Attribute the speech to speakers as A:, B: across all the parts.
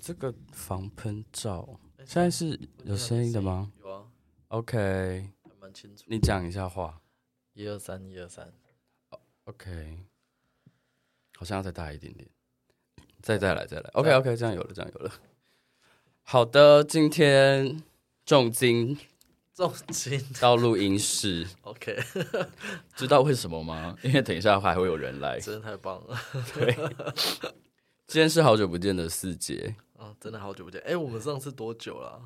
A: 这个防喷罩现在是有声音的吗？
B: 有啊，
A: ？OK，
B: 还蛮清楚。
A: 你讲一下话。
B: 一二三，一二三，
A: OK，好像要再大一点点，再再来再来。OK OK，这样有了，这样有了。好的，今天重金
B: 重金。
A: 到录音室，
B: OK，
C: 知道为什么吗？因为等一下还会有人
A: 哎
C: 来。
B: 真的太棒了。
A: 今天是好久不见的四姐
B: 啊，真的好久不见。哎、我们上次多久了啊？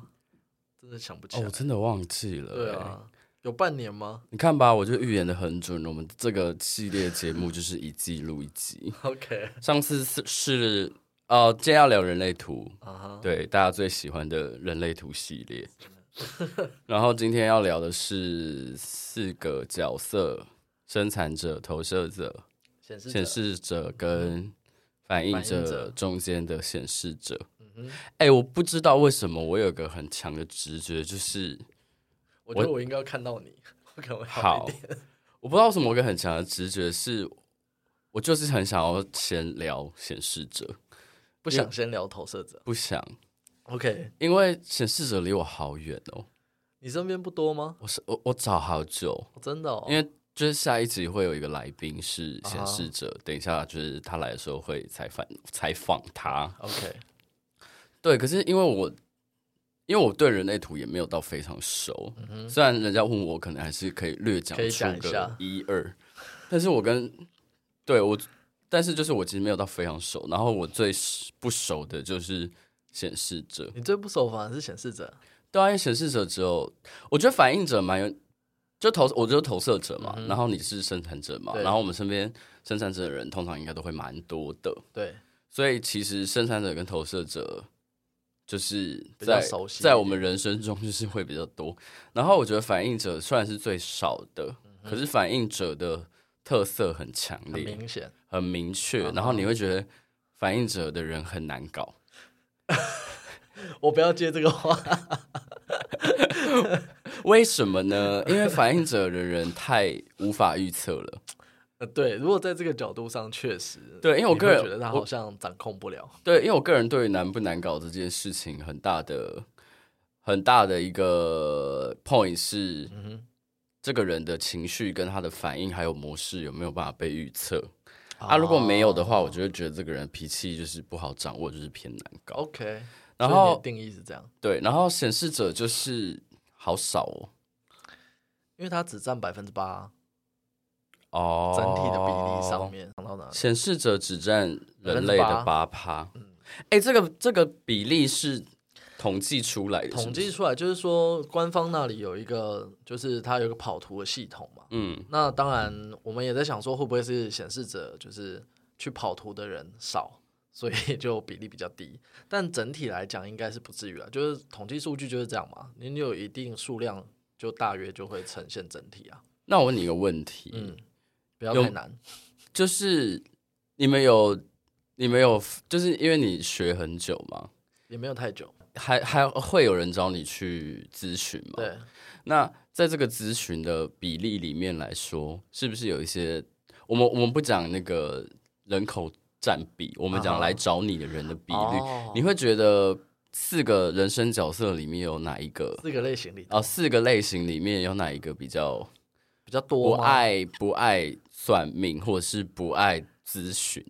B: 真的想不起
A: 哦，
B: 来。
A: 我真的忘记了、
B: 对
A: 欸
B: 啊，有半年吗
A: 你看吧，我就预言的很准。我们这个系列节目就是一季录一集。
B: ？OK，
A: 上次是是呃，今天要聊人类图，
B: 啊哈，
A: 对大家最喜欢的人类图系 列。然后今天要聊的是四个角色：生产者、投射者、
B: 显示
A: 显
B: 者，
A: 示者跟反应
B: 反应
A: 者
B: 者
A: 中间的显示者。
B: 嗯哼，
A: 哎，我不知道为什么我有个很强的直觉，就是
B: 我觉得我应该要看到你， 我可能会好
A: 好
B: 一点。，
A: 我不知道为什么我有个很强的直觉是，我就是很想要先聊显示者，
B: 不想先聊投射者。
A: 不想，
B: OK，
A: 因为显示者离我好远哦。
B: 你身边不多吗？
A: 我是我我找好久，
B: 哦真的哦，
A: 因为就是下一集会有一个来宾是
B: 啊
A: 显示者，等一下就是他来的时候会采访采访他。
B: OK，
A: 对，可是因为我因为我对人类图也没有到非常熟，虽然人家问我，可能还是可以略讲
B: 嗯可以
A: 出
B: 讲一
A: 个
B: 下
A: 一二，但是我跟对我，但是就是我其实没有到非常熟，然后我最不熟的就是显示者，
B: 你最不熟反而是显示者。
A: 对啊，因为显示者只有，我觉得反应者蛮有，就投我就投射者嘛，然后你是生产者嘛，
B: 嗯对
A: 然后我们身边生产者的人通常应该都会蛮多的，
B: 对，
A: 所以其实生产者跟投射者就是
B: 比较
A: 在
B: 熟悉一点
A: 在我们人生中就是会比较多。然后我觉得反应者虽然是最少的，可是反应者的特色很强
B: 嗯很
A: 烈，
B: 明显。
A: 很明确，
B: 嗯哼
A: 然后你会觉得反应者的人很难搞。
B: 我不要接这个话。
A: 为什么呢？因为反应者的人太无法预测了。
B: 呃，对，如果在这个角度上，确实，
A: 对因为我
B: 你
A: 个
B: 会
A: 人
B: 觉得他
A: 我
B: 好像掌控不了。
A: 对，因为我个人对于难不难搞这件事情很大的很大的一个 point 是，
B: 嗯哼，
A: 这个人的情绪跟他的反应还有模式有没有办法被预测啊？如果没有的话，我就会觉得这个人脾气就是不好掌握，就是偏难搞。
B: 哦，OK，
A: 然
B: 所以你
A: 后
B: 的定义是这样，
A: 对，然后显示者就是好少哦。
B: 因为它只占百分之八
A: 哦
B: 整体的比例上，面，想到哪里？
A: 显示者只占人类的
B: 8%
A: 八趴。
B: 嗯
A: 哎、这个这个比例是统计出来的，是
B: 统
A: 不
B: 计
A: 是，
B: 出来就是说，官方那里有一个，就是它有一个跑图的系统嘛。
A: 嗯，
B: 那当然，我们也在想说，会不会是显示者就是去跑图的人少，所以就比例比较低。但整体来讲，应该是不至于啊。就是统计数据就是这样嘛，你有一定数量，就大约就会呈现整体啊。
A: 那我问你一个问题，
B: 嗯，不要
A: 有
B: 太难。
A: 就是你们有你们有，就是因为你学很久嘛，
B: 也没有太久，
A: 还还会有人找你去咨询嘛？。
B: 对，
A: 那在这个咨询的比例里面来说，是不是有一些我们我们不讲那个人口占比，我们
B: 啊
A: 讲
B: 哈
A: 来找你的人的比率，
B: 哦
A: 你会觉得四个人生角色里面有哪一个？
B: 四个类型里头
A: 哦，四个类型里面有哪一个比较
B: 比较
A: 不
B: 多吗，
A: 爱不爱算命，或者是不爱咨询？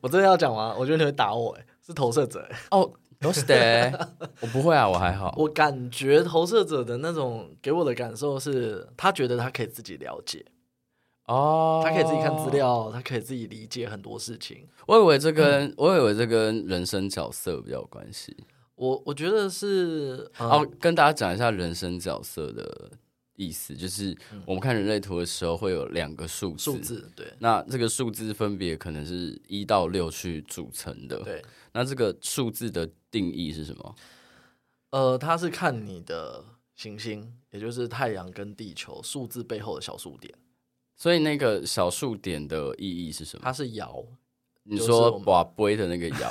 B: 我真的要讲吗？我觉得你会打我、欸，是投射者、欸。
A: 哦，都是的， 我不会啊，我还好。
B: 我感觉投射者的那种给我的感受是，他觉得他可以自己了解，
A: 哦，
B: 他可以自己看资。料，他可以自己理解很多事情。
A: 我以为这跟、我以为这跟人生角色比较有关系。
B: 我我觉得是，嗯、
A: 哦，跟大家讲一下人生角色的意思，就是我们看人类图的时候会有两个数字，
B: 嗯数字，对
A: 那这个数字分别可能是一到六去组成的。，
B: 对，
A: 那这个数字的定义是什么？
B: 呃，他是看你的行星，也就是太阳跟地球数字背后的小数点，
A: 所以那个小数点的意义是什么？
B: 它是爻，
A: 你
B: 就是
A: 说
B: 我们
A: “把杯”的那个爻，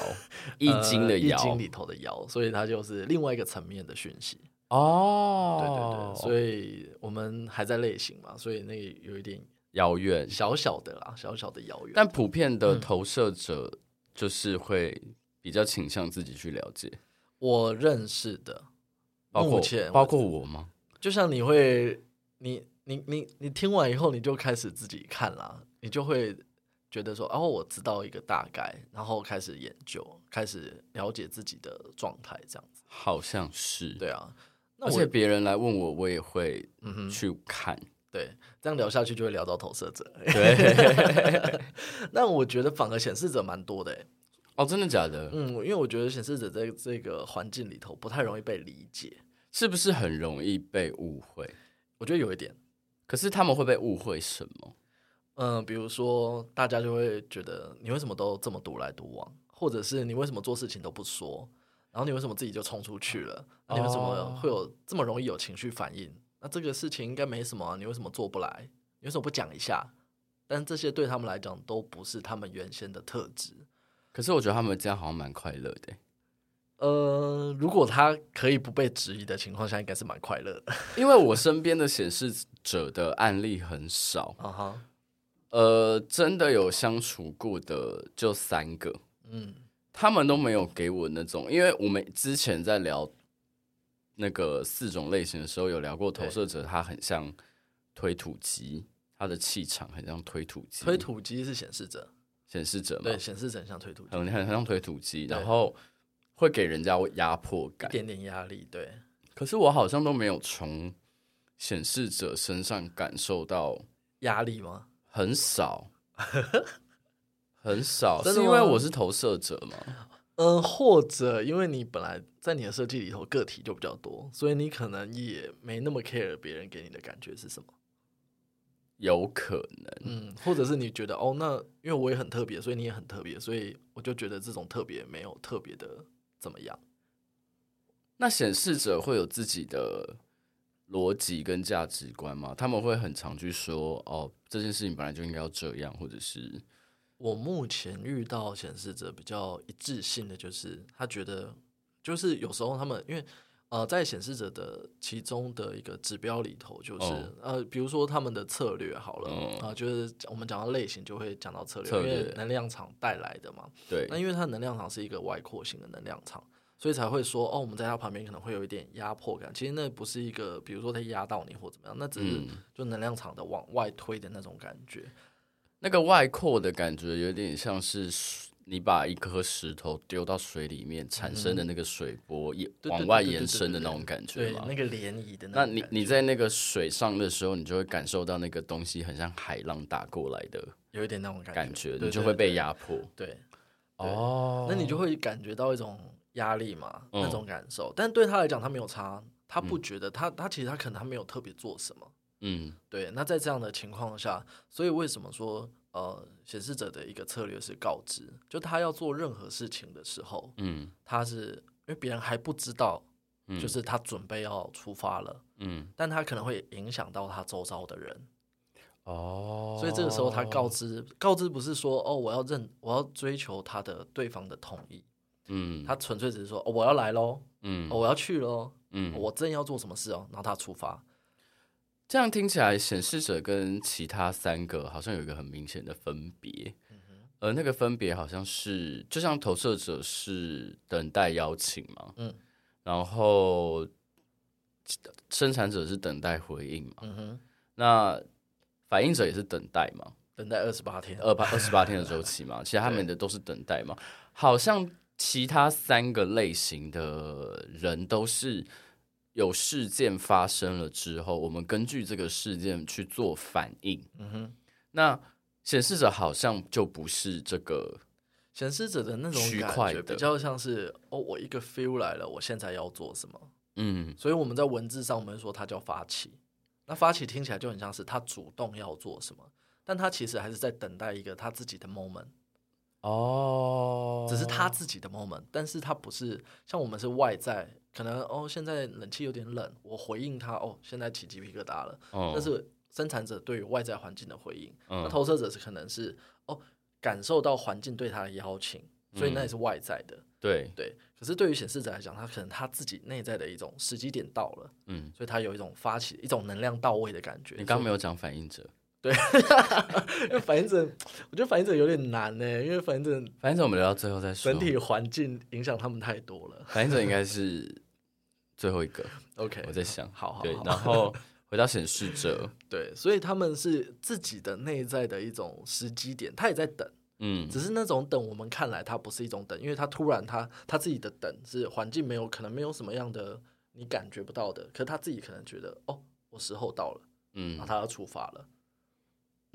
A: 易经的
B: 呃易经
A: 爻
B: 里头的爻，所以它就是另外一个层面的讯息。对
A: 哦
B: 对对，所以我们还在类型嘛，所以那个有一点
A: 以遥远
B: 小小的啦，小小的遥远。
A: 但普遍的投射者就是会比较倾向自己去了解，
B: 我认识的，
A: 包
B: 目
A: 括
B: 前
A: 包括我吗？
B: 就像你会，你你你你听完以后，你就开始自己看啦，你就会觉得说，哦，我知道一个大概，然后开始研究，开始了解自己的状态，这样子。
A: 好像是，
B: 对啊，那
A: 而
B: 我
A: 且别人来问我，我也会
B: 嗯哼，
A: 去 看。
B: 对，这样聊下去就会聊到投射者。
A: 对，
B: 那我觉得反而显示者蛮多的欸，
A: 哦，真的假的？
B: 嗯，因为我觉得显示者在这个环境里头不太容易被理解，
A: 是不是很容易被误会？
B: 我觉得有一点。
A: 可是他们会被误会什么？
B: 嗯，比如说大家就会觉得你为什么都这么独来独往，或者是你为什么做事情都不说，然后你为什么自己就冲出去了？那你为什么
A: 哦
B: 会有这么容易有情绪反应？那这个事情应该没什么啊，你为什么做不来？你为什么不讲一下？但这些对他们来讲都不是他们原先的特质。
A: 可是我觉得他们这样好像蛮快乐的欸，
B: 呃，如果他可以不被质疑的情况下，应该是蛮快乐的。
A: 因为我身边的显示者的案例很少，
B: 啊哈，
A: 呃，真的有相处过的就三个，
B: 嗯
A: 他们都没有给我那种，因为我们之前在聊那个四种类型的时候，有聊过投射者，他很像推土机，他的气场很像推土机，
B: 推土机是显示者，
A: 显示者嘛
B: 对，，显示者很像推土机，
A: 哦很很很像推土机，
B: 对
A: 然后会给人家压迫
B: 一
A: 感。
B: 点点压力，对，
A: 可是我好像都没有从显示者身上感受到，
B: 压力吗？
A: 很 少，很少，
B: 真
A: 是
B: 的吗
A: 因为我是投射者嘛？
B: 嗯，或者因为你本来在你的设计里头个体就比较多，所以你可能也没那么 care 别人给你的感觉是什么。
A: 有可能，
B: 嗯，或者是你觉得哦，那因为我也很特别，所以你也很特别，所以我就觉得这种特别没有特别的怎么样。
A: 那显示者会有自己的逻辑跟价值观吗？他们会很常去说，哦，这件事情本来就应该要这样，或者是
B: 我目前遇到显示者比较一致性的，就是他觉得，就是有时候他们因为呃，在显示者的其中的一个指标里头，就是、
A: 哦
B: 呃，比如说他们的策略好了啊
A: 哦、
B: 就是讲我们讲到类型就会讲到策略，
A: 策略
B: 因为能量场带来的嘛。
A: 对
B: 那因为它能量场是一个外扩型的能量场，所以才会说哦，我们在它旁边可能会有一点压迫感。其实那不是一个，比如说它压到你或怎么样，那只是
A: 嗯
B: 就能量场的往外推的那种感觉。
A: 那个外扩的感觉，有点像是你把一颗石头丢到水里面产生的那个水波，也
B: 对对
A: 往外
B: 嗯对对对
A: 延伸的
B: 对
A: 那
B: 对
A: 种感觉
B: 对，
A: 吗
B: 那？个涟漪的
A: 那
B: 种
A: 你
B: 感
A: 你
B: 觉
A: 在那个水上的时候，你就会感受到那个东西很像海浪打过来的
B: 有一点那种感
A: 感觉，
B: 对
A: 你就
B: 对
A: 会被
B: 对
A: 压迫。
B: 对，
A: 哦
B: 那你就会感觉到一种压力嘛，
A: 嗯
B: 那种感受。但对他来讲，他没有差，他不觉得他他其实他可能他没有特别做什么。
A: 嗯
B: 对，那在这样的情况下，所以为什么说呃，显示者的一个策略是告知，就他要做任何事情的时候，
A: 嗯
B: 他是因为别人还不知道，
A: 嗯，
B: 就是他准备要出发了，
A: 嗯
B: 但他可能会影响到他周遭的人，
A: 哦，
B: 所以这个时候他告知，告知不是说哦，我要认，我要追求他的对方的同意，
A: 嗯
B: 他纯粹只是说哦，我要来喽，
A: 嗯
B: 哦，我要去喽，
A: 嗯，
B: 我正要做什么事哦，然后他出发，
A: 这样听起来，显示者跟其他三个好像有一个很明显的分别，
B: 嗯
A: 而那个分别好像是，就像投射者是等待邀请嘛，
B: 嗯
A: 然后生产者是等待回应嘛，
B: 嗯哼，
A: 那反应者也是等待嘛，
B: 等待二十八天，
A: 二八二十八天的周期嘛，其实他们的都是等待嘛，好像其他三个类型的人都是有事件发生了之后，我们根据这个事件去做反应。
B: 嗯哼。
A: 那显示者好像就不是这个，
B: 显示者的那种
A: 区
B: 感
A: 块
B: 觉
A: 的
B: 比较像是哦，我一个 feel 来了，我现在要做什么。
A: 嗯
B: 所以我们在文字上我们会说它叫发起，那发起听起来就很像是他主动要做什么，但他其实还是在等待一个他自己的 moment，
A: 哦
B: 只是他自己的 moment，但是他不是像我们是外在，可能哦现在冷气有点冷，我回应他哦现在起鸡皮疙瘩了，
A: 哦
B: 那是生产者对于外在环境的回应。那
A: 嗯
B: 投射者是可能是哦感受到环境对他的邀请，所以
A: 嗯
B: 那也是外在的。
A: 对，
B: 对，可是对于显示者来讲，他可能他自己内在的一种时机点到了，
A: 嗯，
B: 所以他有一种发起一种能量到位的感觉。
A: 你刚刚没
B: 有
A: 有讲反应者，
B: 因为 反应者，我觉得反应者有点难呢、因为反应者
A: 反正我们聊到最后再说
B: 整。体环境影响他们太多了。
A: 反正应该是最后一个，
B: OK，
A: 我在想。
B: 好好
A: 对
B: 好，
A: 然后回到显示者，
B: 对，所以他们是自己的内在的一种时机点，他也在等，
A: 嗯，
B: 只是那种等我们看来它不是一种等，因为他突然他他自己的等是环境没有可能没有什么样的你感觉不到的，可他自己可能觉得哦，我时候到了，
A: 嗯
B: 然后他要出发了。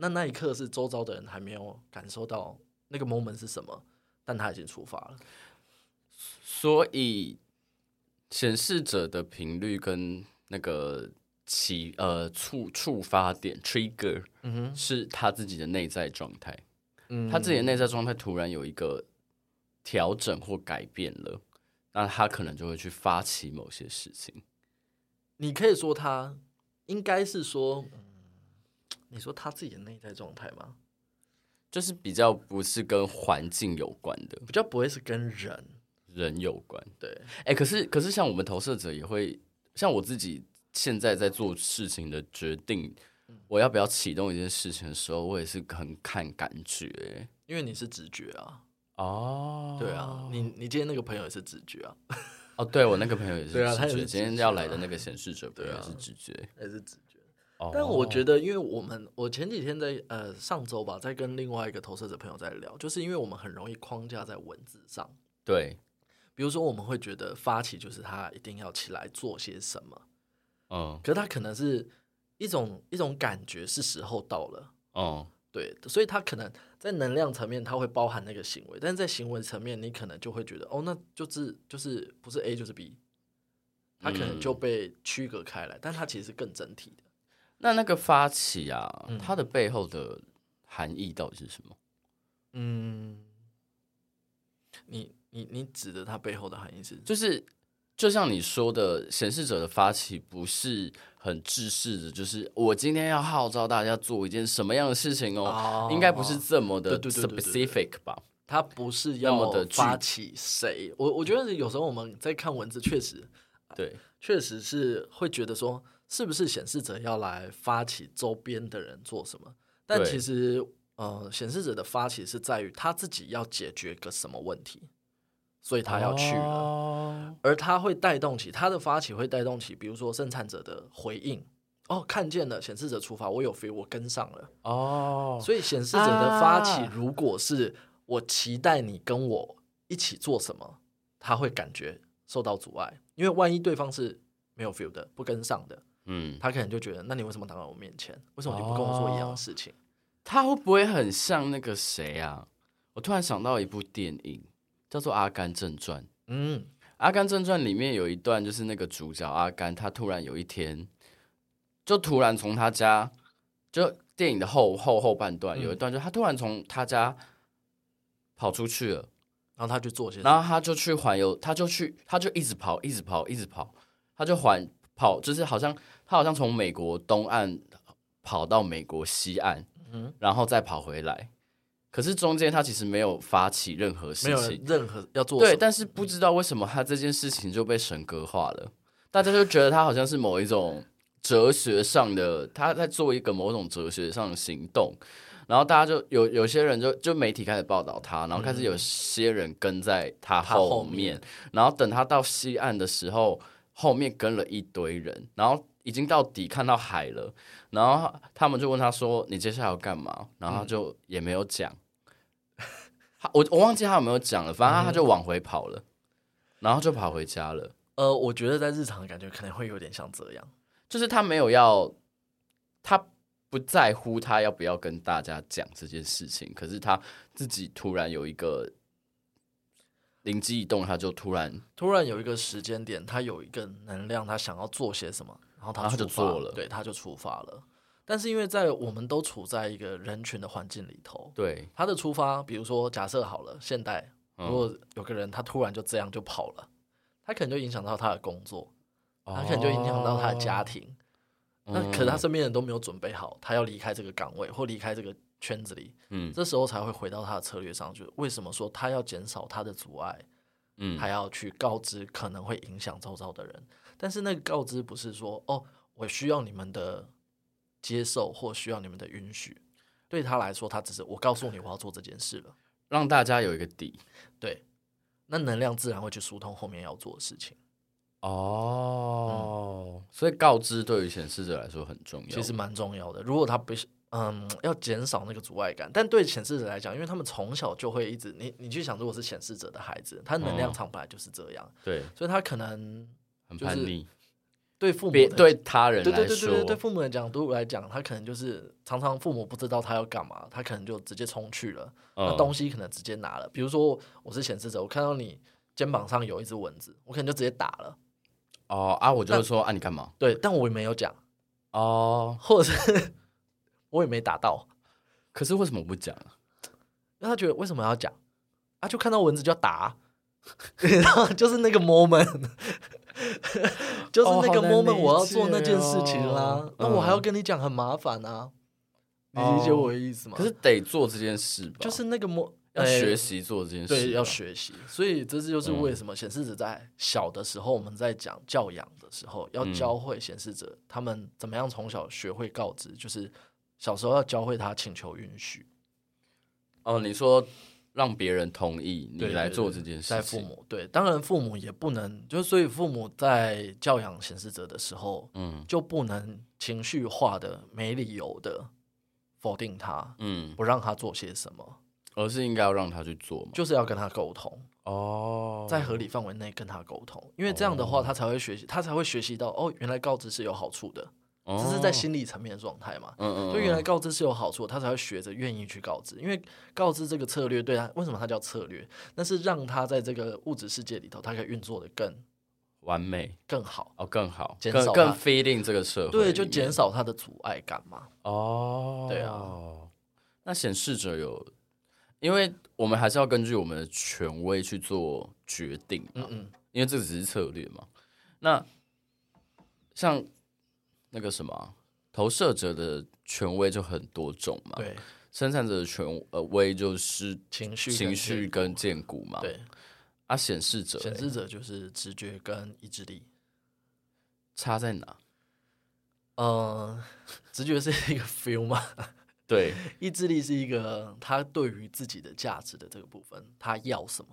B: 那那一刻是周遭的人还没有感受到那个 moment 是什么，但他已经出发了。
A: 所以显示者的频率跟那个起呃触触发点 trigger
B: 嗯哼，
A: 是他自己的内在状态，
B: 嗯
A: 他自己的内在状态突然有一个调整或改变了，那他可能就会去发起某些事情。
B: 你可以说他应该是说，嗯，你说他自己的内在状态吗？
A: 就是比较不是跟环境有关的，
B: 比较不会是跟人
A: 人有关。
B: 对，
A: 哎、可是可是像我们投射者也会，像我自己现在在做事情的决定，
B: 嗯
A: 我要不要启动一件事情的时候，我也是很看感觉、欸
B: 因为你是直觉啊，
A: 哦
B: 对啊，你你今天那个朋友也是直觉啊，
A: 哦，对我那个朋友也是直
B: 对啊他也
A: 觉，
B: 是
A: 今天
B: 直觉
A: 要
B: 啊
A: 来的那个显示者朋友
B: 对啊
A: 也是直觉。
B: 也是直觉。
A: 哦
B: 但我觉得，因为我们我前几天在呃上周吧，在跟另外一个投射者朋友在聊，就是因为我们很容易框架在文字上，
A: 对，
B: 比如说我们会觉得发起就是他一定要起来做些什么，
A: 嗯
B: 可是他可能是一种一种感觉是时候到了。
A: 嗯
B: 对，所以他可能在能量层面，他会包含那个行为，但是在行为层面，你可能就会觉得，哦，那就是就是不是 A 就是 B，他可能就
A: 嗯
B: 被区隔开来，但他其实是更整体的。
A: 那那个发起啊，
B: 嗯
A: 它的背后的含义到底是什么？
B: 嗯，你你你指的它背后的含义是，
A: 就是就像你说的，显示者的发起不是很制式的，就是我今天要号召大家做一件什么样的事情哦，
B: 哦
A: 应该不是这么的
B: 对对对对对
A: specific 吧？
B: 他不是
A: 那
B: 要
A: 么的具
B: 发起谁，我我觉得有时候我们在看文字，确实
A: 对，
B: 确实是会觉得说，是不是显示者要来发起周边的人做什么？但
A: 对
B: 其实，呃，显示者的发起是在于他自己要解决个什么问题，所以他要去了，
A: 哦
B: 而他会带动起他的发起，会带动起，比如说生产者的回应。哦，看见了，显示者出发，我有 feel，我跟上了。
A: 哦，
B: 所以显示者的发起
A: 啊，
B: 如果是我期待你跟我一起做什么，他会感觉受到阻碍，因为万一对方是没有 feel 的、不跟上的，
A: 嗯，
B: 他可能就觉得，那你为什么挡在我面前？为什么你不跟我说一样的事
A: 啊
B: 情？
A: 他会不会很像那个谁啊？我突然想到一部电影，叫做《阿甘正传》。
B: 嗯，
A: 《阿甘正传》里面有一段，就是那个主角阿甘，他突然有一天，就突然从他家，就电影的后后后半段
B: 嗯
A: 有一段，就他突然从他家跑出去了，
B: 然后他去做些什
A: 然
B: 么？
A: 后他就去环游，他就去，他就一直跑，一直跑，一直跑，他就环跑，就是好像他好像从美国东岸跑到美国西岸，
B: 嗯
A: 然后再跑回来，可是中间他其实没有发起任何事
B: 没有
A: 情，
B: 任何要做什
A: 对，
B: 么。
A: 但是不知道为什么他这件事情就被神格化了，大家就觉得他好像是某一种哲学上的，他在做一个某种哲学上的行动，然后大家就有有些人就就媒体开始报道他，然后开始有些人跟在他
B: 他后
A: 后面，然后等他到西岸的时候，后面跟了一堆人，然后已经到底看到海了，然后他们就问他说：“你接下来要干嘛？”然后他就也没有讲，嗯他 我我忘记他有没有讲了，反正他就往回跑了，然后就跑回家了，
B: 呃，我觉得在日常的感觉可能会有点像这样。
A: 就是他没有要，他不在乎他要不要跟大家讲这件事情，可是他自己突然有一个灵机一动，他就突然
B: 突然有一个时间点，他有一个能量，他想要做些什么，然后他
A: 然后他就
B: 出发
A: 做了
B: 对，他就出发了。但是因为在我们都处在一个人群的环境里头，
A: 对，
B: 他的出发，比如说假设好了，现代如
A: 嗯，
B: 果有个人他突然就这样就跑了，他可能就影响到他的工作，他可能就影响到他的家庭，
A: 哦，
B: 那可是他身边人都没有准备好，他要离开这个岗位或离开这个圈子里，
A: 嗯
B: 这时候才会回到他的策略上，就是为什么说他要减少他的阻碍，
A: 嗯
B: 还要去告知可能会影响周遭的人，但是那个告知不是说哦，我需要你们的接受或需要你们的允许。对他来说，他只是我告诉你我要做这件事了，
A: 让大家有一个底
B: 对，那能量自然会去疏通后面要做的事情。
A: 哦。所以告知对于显示者来说很重要。
B: 其实蛮重要的。如果他不是，嗯，要减少那个阻碍感，但对显示者来讲，因为他们从小就会一直，你你去想，如果是显示者的孩子，他能
A: 哦
B: 量场本来就是这样，
A: 对，
B: 所以他可能
A: 很
B: 就是
A: 叛逆。
B: 对父母
A: 别
B: 的
A: 对他人
B: 对对
A: 来
B: 对对对对
A: 说，
B: 父母的角度来讲，他可能就是常常父母不知道他要干嘛，他可能就直接冲去了，那
A: 嗯
B: 东西可能直接拿了。比如说我是显示者，我看到你肩膀上有一只蚊子，我可能就直接打了，
A: 哦啊，我就会说啊，你干嘛？
B: 对，但我也没有讲，
A: 哦，
B: 或者是 我也没打到。
A: 可是为什么不讲啊？
B: 那他觉得为什么要讲？啊，就看到蚊子就要打啊、 然后就是那个 moment，就是那个
A: 哦好难
B: moment，、
A: 理
B: 我要做那件事情啦、
A: 解哦
B: 那我还要跟你讲，很麻烦啊。你
A: 哦
B: 理解我的意思吗？
A: 可是得做这件事吧，
B: 就是那个 mo
A: 要
B: 哎
A: 学习做这件事吧，啊
B: 对，要学习。所以这就是为什么显示者在小的时候，我们在讲教养的时候，要教会显示者他们怎么样从小学会告知，就是小时候要教会他请求允许。
A: 哦。你说让别人同意你
B: 对
A: 来
B: 对
A: 做
B: 对
A: 这件
B: 在
A: 事
B: 父
A: 情，
B: 母对，当然父母也不能，就是所以父母在教养显示者的时候，
A: 嗯
B: 就不能情绪化的、没理由的否定他，
A: 嗯，
B: 不让他做些什么，
A: 而是应该要让他去做嘛。
B: 就是要跟他沟通，
A: 哦，
B: 在合理范围内跟他沟通，因为这样的话，他才会学习，他才会学习到哦，原来告知是有好处的，
A: 哦
B: 这是在心理层面的状态嘛。
A: 嗯嗯，
B: 就原来
A: 嗯
B: 告知是有好处，他才会学着愿意去告知，因为告知这个策略对他为什么它叫策略？那是让他在这个物质世界里头，他可以运作的更
A: 完美
B: 更好，
A: 哦，更好，
B: 减
A: 更
B: 少
A: 更
B: 它
A: feeding 这个社会里面，
B: 对，就减少他的阻碍感嘛。
A: 哦，
B: 对啊。
A: 那显示者有，因为我们还是要根据我们的权威去做决定嘛，
B: 嗯嗯，
A: 因为这只是策略嘛。那像那个什么啊投射者的权威就很多种嘛，
B: 对，
A: 生产者的权呃威就是
B: 嗯情绪跟
A: 情绪跟建骨嘛，
B: 对，
A: 啊，显示者
B: 显
A: 欸
B: 示者就是直觉跟意志力。
A: 差在哪？
B: 嗯， 直觉是一个 feel 嘛，
A: 对，
B: 意志力是一个他对于自己的价值的这个部分，他要什么。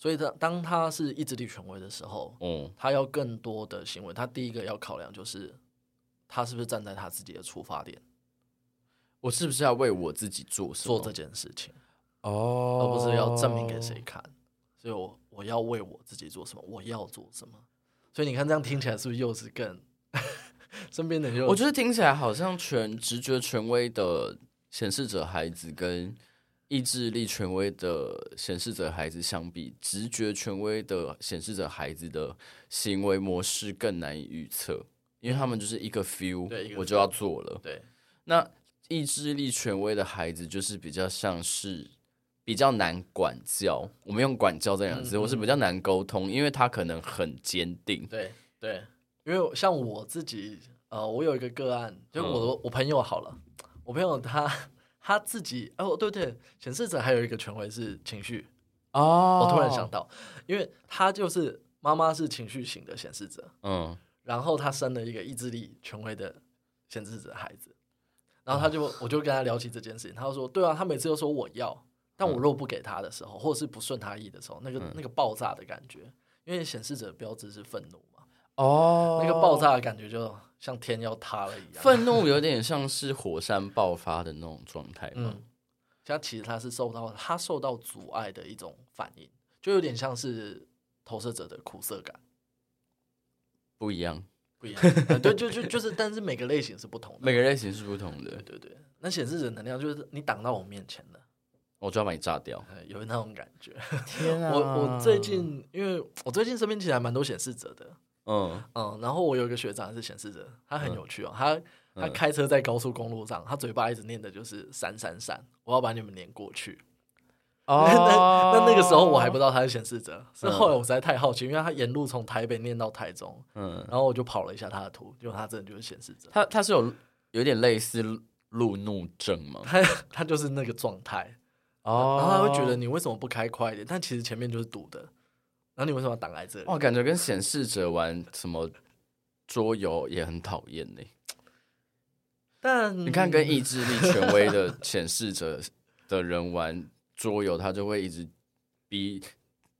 B: 所以他当他是意志力权威的时候，
A: 嗯，
B: 他要更多的行为，他第一个要考量就是他是不是站在他自己的出发点
A: 我是不是要为我自己做什么
B: 做这件事情。
A: 哦，
B: 而不是要证明给谁看。所以我我要为我自己做什么，我要做什么。所以你看，这样听起来是不是又是更 身边的人又？
A: 我觉得听起来好像权直觉权威的显示者孩子跟意志力权威的显示者孩子相比，直觉权威的显示者孩子的行为模式更难以预测，因为他们就是一个 feel，
B: 嗯对一个
A: 我就要做了。
B: 对
A: 那意志力权威的孩子就是比较像是比较难管教，我们用管教这两个字，
B: 嗯
A: 我是比较难沟通，因为他可能很坚定，
B: 对对，因为像我自己，呃，我有一个个案，就我
A: 嗯
B: 的、我朋友好了，我朋友他他自己，哦对对，显示者还有一个权威是情绪，
A: 哦
B: 我突然想，到，因为他就是妈妈是情绪型的显示者，
A: 嗯，
B: 然后他生了一个意志力权威的显示者孩子，然
A: 哦
B: 后他就、我就跟他聊起这件事情，他就说，对啊，他每次都说我要，但我
A: 嗯
B: 若不给他的时候，或者是不顺他意的时候，那个、那个爆炸的感觉，因为显示者标志是愤怒嘛，
A: 哦
B: 那个爆炸的感觉就像天要塌了一样，
A: 愤怒有点像是火山爆发的那种状态嘛。
B: 嗯，他其实他是受到他受到阻碍的一种反应，就有点像是投射者的苦涩感。
A: 不一样，
B: 不一样，呃对，就就就是，但是每个类型是不同的。
A: 每个类型是不同的
B: 对，对对，那显示者能量就是你挡到我面前了，
A: 我就要把你炸掉。
B: 呃有那种感 觉。
A: 天
B: 我我最，近，因为我最近身边其实还蛮多显示者的，
A: 嗯，
B: 嗯，然后我有一个学长是显示者，他很有趣哦，他
A: 嗯
B: 他开车在高速公路上，他嘴巴一直念的就是“闪闪闪”，我要把你们撵过去。
A: 哦 嗯
B: 那 那那那个时候我还不知道他是显示者，是后来我实在太好奇，因为他沿路从台北念到台中，
A: 嗯，
B: 然后我就跑了一下他的图，结果他真的就是显示者，
A: 他他是有有点类似路怒症嘛？
B: 他他就是那个状态，
A: 哦
B: 然后他会觉得，你为什么不开快一点？但其实前面就是堵的，然后你为什么要挡在这里？
A: 哇，感觉跟显示者玩什么桌游也很讨厌呢。
B: 但
A: 你看，跟意志力权威的显示者的人玩桌游，他就会一直逼，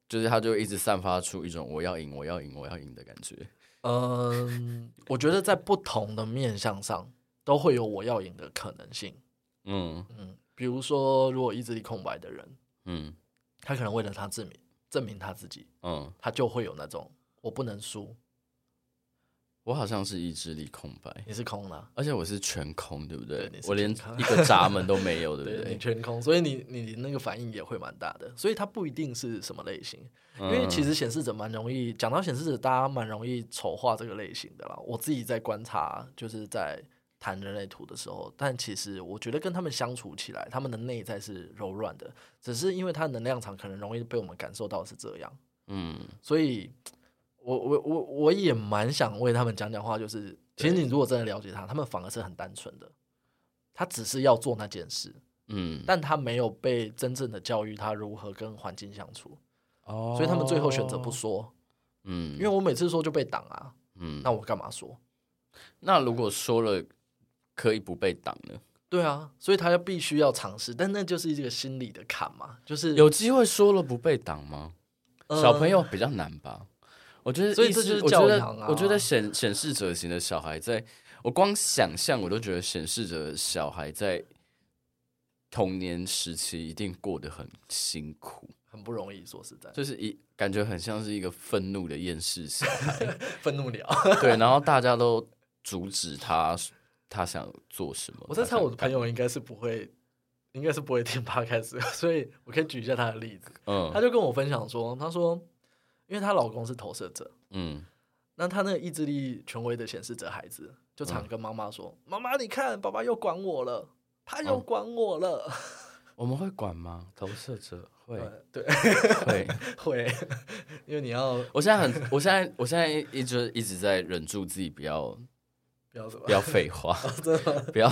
A: 就是他就会一直散发出一种我要赢，我要赢，我要赢的感觉。
B: 嗯，我觉得在不同的面向上都会有我要赢的可能性。
A: 嗯
B: 嗯，比如说，如果意志力空白的人，
A: 嗯
B: 他可能为了他证明证明他自己，
A: 嗯，
B: 他就会有那种我不能输，
A: 我好像是意志力空白，
B: 你是空啊啦、
A: 而且我是全空，对不对
B: 对你？是
A: 我连
B: 全空
A: 一个闸门都没有，对不
B: 对你
A: 对？
B: 全空，所以你你那个反应也会蛮大的，所以它不一定是什么类型，因
A: 因
B: 为其实显示者蛮容易讲到显示者，大家蛮容易丑化这个类型的啦。我自己在观察，就是在谈人类图的时候，但其实我觉得跟他们相处起来，他们的内在是柔软的，只是因为他的能量场可能容易被我们感受到是这样，
A: 嗯，
B: 所以我我我我也蛮想为他们讲讲话，就是其实
A: 对
B: 你如果真的了解他，他们反而是很单纯的，他只是要做那件事。
A: 嗯，
B: 但他没有被真正的教育他如何跟环境相处，
A: 哦
B: 所以他们最后选择不，说。
A: 嗯，
B: 因为我每次说就被挡啊，
A: 嗯，那
B: 那我干嘛说？
A: 那如果说了可以不被挡呢？
B: 对啊，所以他要必须要尝试，但那就是一个心理的坎嘛，就是
A: 有机会说了不被挡吗？
B: 呃
A: 小朋友比较难吧？我觉得意思，
B: 所以这就是
A: 我觉
B: 教养啊
A: 得，我觉得显显示者型的小孩在，我光想象我都觉得显示者小孩在童年时期一定过得很辛苦，
B: 很不容易，说实在，
A: 就是一感觉很像是一个愤怒的厌世小孩，
B: 愤 怒了。
A: 对，然后大家都阻止他，他想做什么？
B: 我在
A: 他
B: 猜
A: 想
B: 我的朋
A: 干，
B: 友应该是不会，应该是不会听 podcast，所 以我可以举一下他的例子。他
A: 嗯
B: 就跟我分享说，他说，因为她老公是投射者，
A: 嗯
B: 那他那个意志力权威的显示者孩子，就常
A: 嗯
B: 跟妈妈说：“妈妈、你看，爸爸又管我了，他
A: 嗯
B: 又管我了。
A: 我们会管吗？投射者会
B: 对，
A: 会。
B: 会， 因为你要
A: 我现在很，我现在我现在一直一直在忍住自己不要
B: 不要什么
A: 不？要废话，
B: 真的吗
A: 不要。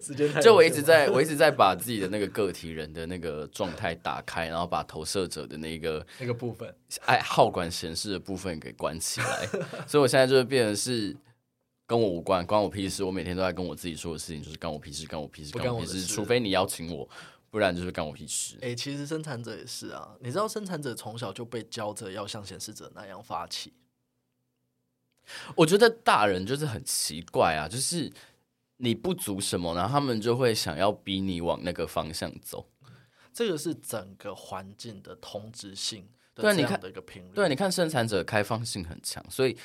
B: 时间太有限吗
A: 就我一直在，我一直在把自己的那个个体人的那个状态打开，然后把投射者的那个
B: 那个部分，
A: 爱好管闲事的部分给关起来。 所以我现在就是变成是跟我无关，关我屁事。我每天都在跟我自己说的事情就是干我屁事，干我屁事，
B: 不
A: 干
B: 干
A: 我
B: 我
A: 屁
B: 的
A: 事。
B: 事
A: 除非你邀请我，不然就是干我屁事。
B: 哎、其实生产者也是啊，你知道生产者从小就被教着要像显示者那样发起，
A: 我觉得大人就是很奇怪啊，就是你不足什么，然后他们就会想要逼你往那个方向走。
B: 这个是整个环境的同质性的
A: 对啊
B: 这
A: 你
B: 样
A: 看
B: 的一个评论。
A: 对，你看生产者开放性很强，所以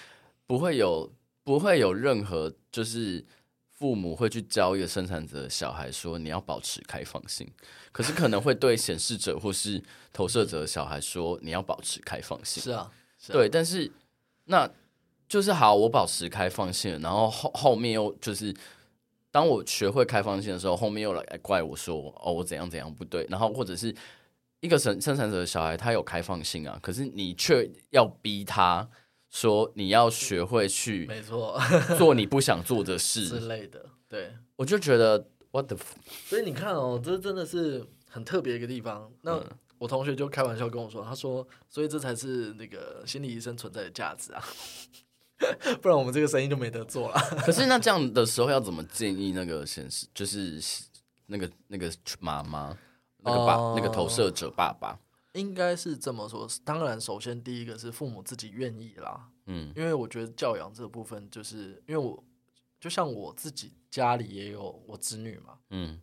A: 不会有不会有任何就是父母会去教一个生产者的小孩说你要保持开放性，可是可能会对显示者或是投射者的小孩说你要保持开放性。
B: 是啊，是啊
A: 对，但是那就是好，我保持开放性，然后后后面又就是，当我学会开放性的时候，后面又来怪我说哦，我怎样怎样不对，然后或者是一个生生产者的小孩，他有开放性啊，可是你却要逼他说你要学会去
B: 没错
A: 做你不想做的
B: 之
A: 事，
B: 类的，对。
A: 我就觉得 what the f-
B: 所以你看哦，这真的是很特别一个地方。那
A: 嗯
B: 我同学就开玩笑跟我说，他说：“所以这才是那个心理医生存在的价值啊， 不然我们这个生意就没得做了。
A: 可是那这样的时候要怎么建议那个显示就是那个那个妈妈那个爸、那个投射者爸爸？”
B: 应该是这么说。当然，首先第一个是父母自己愿意啦，
A: 嗯
B: 因为我觉得教养这部分，就是因为我就像我自己家里也有我子女嘛，
A: 嗯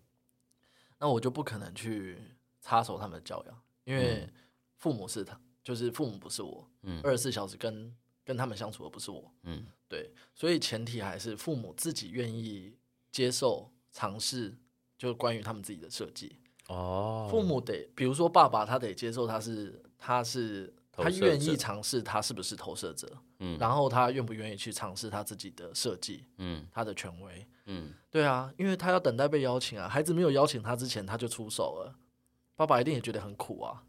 B: 那我就不可能去插手他们的教养，因为父母是他，就是父母不是我，
A: 嗯
B: 二十四小时跟跟他们相处的不是我，
A: 嗯
B: 对，所以前提还是父母自己愿意接受尝试，就关于他们自己的设计。
A: 哦
B: 父母得，比如说爸爸，他得接受他是他是
A: 投
B: 他
A: 射
B: 愿意
A: 者
B: 尝试他是不是投射者，
A: 嗯
B: 然后他愿不愿意去尝试他自己的设计，
A: 嗯
B: 他的权威。
A: 嗯
B: 对啊，因为他要等待被邀请啊，孩子没有邀请他之前他就出手了，爸爸一定也觉得很苦啊，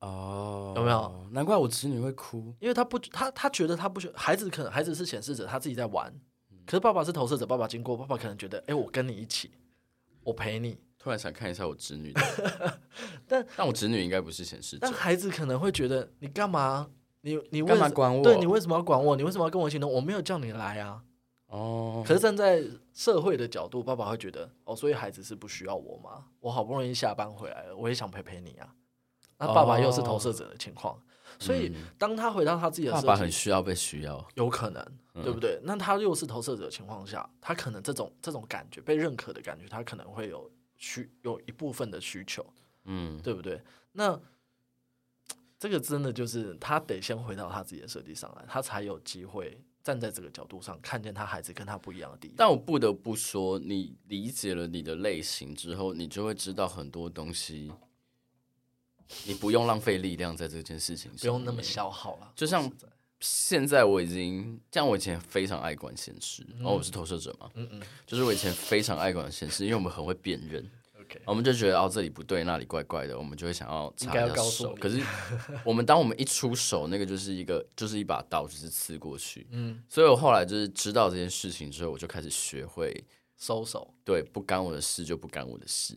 A: 哦
B: 有没有？
A: 难怪我侄女会哭。
B: 因为他不他他觉得他不觉孩子可能孩子是显示者，他自己在玩，
A: 嗯
B: 可是爸爸是投射者，爸爸经过，爸爸可能觉得，哎，我跟你一起，我陪你，
A: 突然想看一下我侄女的，
B: 但
A: 但我侄女应该不是显示者
B: 但。孩子可能会觉得你干嘛？你你为
A: 干嘛
B: 什
A: 管我
B: 对你为什么要管我？你为什么要跟我一起呢？我没有叫你来啊！
A: 哦，
B: 可是站在社会的角度，爸爸会觉得哦，所以孩子是不需要我吗？我好不容易下班回来了，我也想陪陪你啊。那爸爸又是投射者的情况，所以当他回到他自己的
A: 爸哦
B: 社
A: 嗯爸
B: 情
A: 很嗯需要被需要，
B: 有可能，对不对？那他又是投射者的情况下，他可能这种这种感觉被认可的感觉，他可能会有需有一部分的需求，
A: 嗯，
B: 对不对？那这个真的就是他得先回到他自己的设计上来，他才有机会站在这个角度上看见他孩子跟他不一样的地方。
A: 但我不得不说，你理解了你的类型之后，你就会知道很多东西，你不用浪费力量在这件事情上，
B: 不用那么。消耗了。
A: 就像
B: 说实在
A: 现在我已经，像我以前非常爱管闲事，然后我是投射者嘛，
B: 嗯嗯
A: 就是我以前非常爱管闲事，因为我们很会辨认，
B: ，OK，
A: 我们就觉得哦这里不对，那里怪怪的，我们就会想要
B: 应
A: 插
B: 该要
A: 一下
B: 告诉
A: 手。
B: 你
A: 可是我们当我们一出手，那个就是一个就是一把刀，就是刺过去。
B: 嗯，
A: 所以我后来就是知道这件事情之后，我就开始学会
B: 收手。
A: 对不干我的事就不干我的事。